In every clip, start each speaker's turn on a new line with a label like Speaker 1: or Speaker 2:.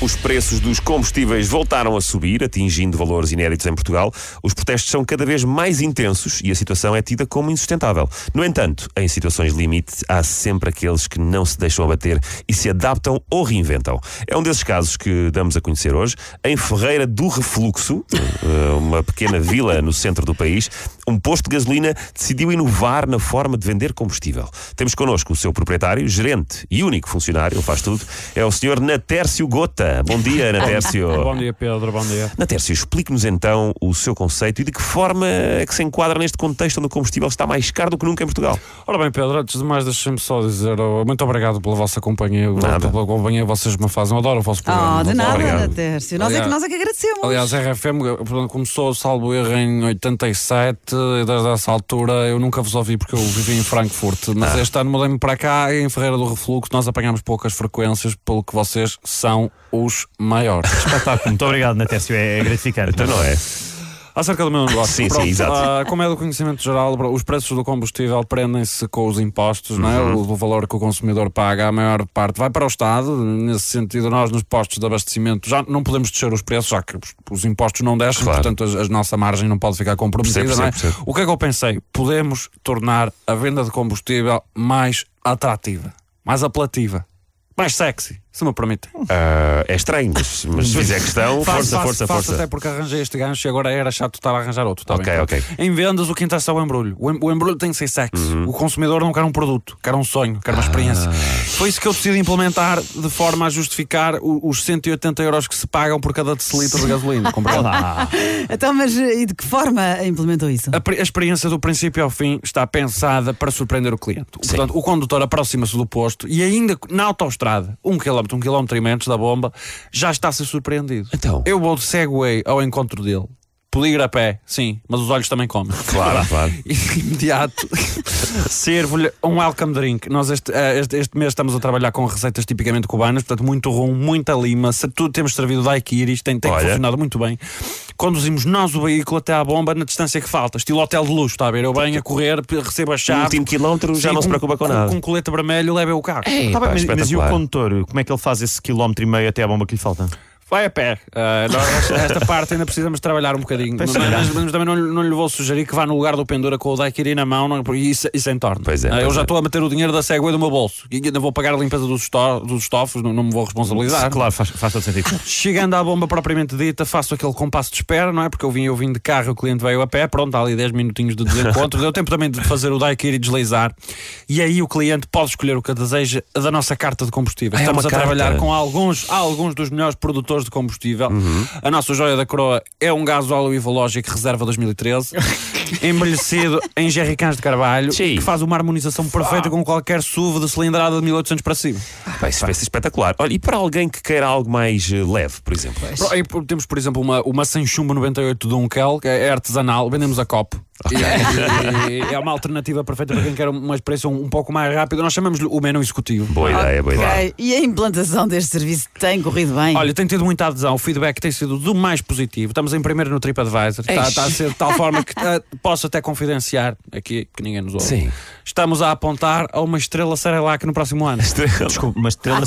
Speaker 1: Os preços dos combustíveis voltaram a subir, atingindo valores inéditos em Portugal. Os protestos são cada vez mais intensos e a situação é tida como insustentável. No entanto, em situações limite, há sempre aqueles que não se deixam abater e se adaptam ou reinventam. É um desses casos que damos a conhecer hoje. Em Ferreira do Refluxo, eh, uma pequena vila no centro do país, um posto de gasolina decidiu inovar na forma de vender combustível. Temos connosco o seu proprietário, gerente e único funcionário, ele faz tudo, é o senhor Natércio Gota. Bom dia, Natércio.
Speaker 2: Bom dia, Pedro. Bom dia.
Speaker 1: Natércio, explique-nos então o seu conceito e de que forma é que se enquadra neste contexto onde o combustível está mais caro do que nunca em Portugal.
Speaker 2: Ora bem, Pedro, antes de mais, deixem-me só dizer oh, muito obrigado pela vossa companhia,
Speaker 1: Nada.
Speaker 2: pela companhia que vocês me fazem. Eu adoro o vosso programa.
Speaker 3: Oh, de
Speaker 2: Adoro.
Speaker 3: nada,
Speaker 1: obrigado.
Speaker 3: Ana Tércio. Nós é que,
Speaker 2: Aliás-
Speaker 3: nós é que agradecemos.
Speaker 2: Aliás, a RFM portanto, eh, começou, salvo erro, em 87. E desde essa altura eu nunca vos ouvi porque eu vivi em Frankfurt.
Speaker 1: Ah.
Speaker 2: Mas este ano mudei-me para cá, em Ferreira do Refluxo. Nós apanhámos poucas frequências, pelo que vocês são os maiores.
Speaker 4: Espetáculo. Muito obrigado, Natércio. É é gratificante.
Speaker 1: Então não é?
Speaker 2: Acerca do meu negócio.
Speaker 1: Sim, sim,
Speaker 2: Pronto,
Speaker 1: exato.
Speaker 2: ah, como é do conhecimento geral, bro, os preços do combustível prendem-se com os impostos, não é?
Speaker 1: Uhum.
Speaker 2: O, o valor que o consumidor paga, a maior parte vai para o Estado. Nesse sentido, nós nos postos de abastecimento já não podemos descer os preços, já que os, os impostos não descem,
Speaker 1: Claro.
Speaker 2: portanto a, a nossa margem não pode ficar comprometida.
Speaker 1: Percebo,
Speaker 2: não é?
Speaker 1: percebo, percebo.
Speaker 2: O que é que eu pensei? Podemos tornar a venda de combustível mais atrativa, mais apelativa, mais sexy, se me permitem.
Speaker 1: Ah, é estranho, mas, mas se fizer questão,
Speaker 2: Faço,
Speaker 1: força,
Speaker 2: faço,
Speaker 1: força,
Speaker 2: faço
Speaker 1: força.
Speaker 2: até porque arranjei este gancho e agora era chato estar a arranjar outro. tá
Speaker 1: Ok,
Speaker 2: bem?
Speaker 1: ok.
Speaker 2: Em vendas, o que interessa é o embrulho. O em- o embrulho tem que ser sexy.
Speaker 1: Uhum.
Speaker 2: O consumidor não quer um produto, quer um sonho, quer uma experiência.
Speaker 1: Ah.
Speaker 2: Foi isso que eu decidi implementar de forma a justificar o- os 180 euros que se pagam por cada decilitro de gasolina. Compreende?
Speaker 3: Então, mas eh, e de que forma implementou isso?
Speaker 1: Ah,
Speaker 2: A, pre- a experiência do princípio ao fim está pensada para surpreender o cliente. Portanto, o condutor aproxima-se do posto e ainda na autoestrada, um quilómetro, um quilómetro e menos da bomba, já está a ser surpreendido.
Speaker 1: Então?
Speaker 2: Eu vou de Segway ao encontro dele. Podia ir a pé, sim, mas os olhos também comem.
Speaker 1: Claro, claro.
Speaker 2: E de imediato servo-lhe um welcome drink. Nós este, eh, este, este mês estamos a trabalhar com receitas tipicamente cubanas, portanto, muito rum, muita lima, se- tudo temos servido daiquiris, tem, tem
Speaker 1: Olha.
Speaker 2: funcionado muito bem. Conduzimos nós o veículo até à bomba na distância que falta, estilo hotel de luxo, está a ver? Eu venho a correr, p- recebo a chave.
Speaker 1: último quilómetro, já não se preocupa com nada.
Speaker 2: Com um colete vermelho, leva o carro.
Speaker 4: Tá bem,
Speaker 1: pá,
Speaker 4: mas, mas e o
Speaker 1: espetacular.
Speaker 4: condutor? Como é que ele faz esse quilómetro e meio até à bomba que lhe falta?
Speaker 2: Vai a pé. Ah, nós, esta, esta parte ainda precisamos trabalhar um bocadinho. Mas, mas- mas também não, lhe- não lhe vou sugerir que vá no lugar do pendura com o daiquiri na mão não, e isso, isso entorna.
Speaker 1: Pois é,
Speaker 2: Ah, eu
Speaker 1: pois
Speaker 2: já
Speaker 1: é.
Speaker 2: estou a meter o dinheiro da Segway do meu bolso. E ainda vou pagar a limpeza dos, esto- dos estofos, não, não me vou responsabilizar.
Speaker 4: Claro, faz, faz todo sentido.
Speaker 2: Chegando à bomba propriamente dita, faço aquele compasso de espera, não é? Porque eu vim, eu vim de carro, o cliente veio a pé, pronto, há ali 10 minutinhos de desencontro, deu tempo também de fazer o daiquiri e deslizar. E aí o cliente pode escolher o que deseja da nossa carta de combustível.
Speaker 1: Ah, é
Speaker 2: Estamos
Speaker 1: uma
Speaker 2: a trabalhar
Speaker 1: carta.
Speaker 2: com alguns, alguns dos melhores produtores de combustível.
Speaker 1: Uhum.
Speaker 2: A nossa joia da coroa é um gás óleo evológico reserva 2013, envelhecido em jerrycans de carvalho,
Speaker 1: Sim.
Speaker 2: que faz uma harmonização perfeita com qualquer SUV de cilindrada de 1800 para cima.
Speaker 1: Pá, isso vai ser espetacular. Olha, e para alguém que queira algo mais eh, leve, por exemplo?
Speaker 2: Pro- aí, por- temos, por exemplo, uma, uma sem chumbo 98 de Unkel, que é artesanal, vendemos a copo. E- e- e é uma alternativa perfeita para quem quer uma experiência um, um pouco mais rápida. Nós chamamos-lhe o menu executivo.
Speaker 1: Boa ideia, boa ideia.
Speaker 3: Ok, E a implantação deste serviço tem corrido bem?
Speaker 2: Olha, tem tido muita adesão, o feedback tem sido do mais positivo. Estamos em primeiro no TripAdvisor. Está, está a ser de tal forma que eh, posso até confidenciar aqui, que ninguém nos ouve.
Speaker 1: Sim.
Speaker 2: Estamos a apontar a uma estrela Cerelac no próximo ano.
Speaker 4: Desculpa, mas estrela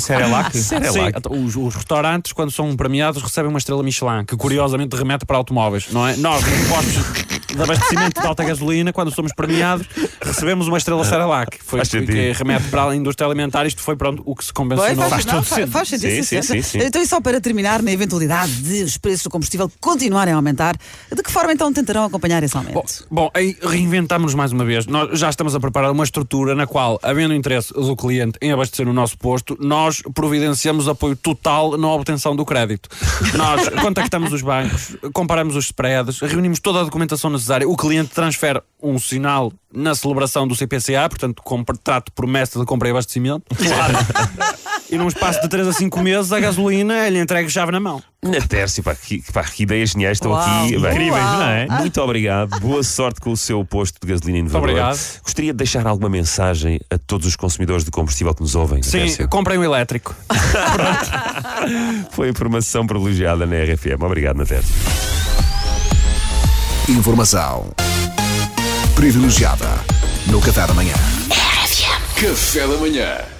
Speaker 4: Cerelac?
Speaker 2: Sim, então, os, os restaurantes, quando são premiados, recebem uma estrela Michelin, que curiosamente remete para automóveis, não é? Nós, nos postos de abastecimento de alta gasolina, quando somos premiados, recebemos uma estrela Cerelac, que foi
Speaker 1: Faz
Speaker 2: que, que
Speaker 1: sentido.
Speaker 2: remete para a indústria alimentar. Isto foi, pronto, o que se
Speaker 3: Pois,
Speaker 2: convencionou.
Speaker 3: faz, não, faz, faz sentido.
Speaker 1: Sim, sim, sim, sim.
Speaker 3: Então, e só para terminar, na eventualidade de os preços do combustível continuarem a aumentar, de que forma então tentarão acompanhar esse aumento?
Speaker 2: Bom, bom, aí reinventámos-nos mais uma vez. Nós já estamos a preparar uma estrutura na qual, havendo interesse do cliente em abastecer o nosso posto, nós providenciamos apoio total na obtenção do crédito. Nós contactamos os bancos, comparamos os spreads, reunimos toda a documentação necessária. O cliente transfere um sinal na celebração do CPCA, portanto, contrato de promessa de compra e abastecimento. Claro. e num espaço de 3 a 5 meses a gasolina lhe entrega chave na mão.
Speaker 1: Na Tércio, pá, que, pá, que ideias geniais estão
Speaker 3: Uau.
Speaker 1: aqui. Bem,
Speaker 4: Incríveis, não é?
Speaker 1: Muito obrigado, boa sorte com o seu posto de gasolina inovador.
Speaker 2: obrigado.
Speaker 1: Gostaria de deixar alguma mensagem a todos os consumidores de combustível que nos ouvem.
Speaker 2: Sim,
Speaker 1: Tércio?
Speaker 2: comprem um elétrico.
Speaker 1: Foi informação privilegiada na RFM. Obrigado, Natércio.
Speaker 5: Informação privilegiada no Qatar Amanhã. Café da Manhã.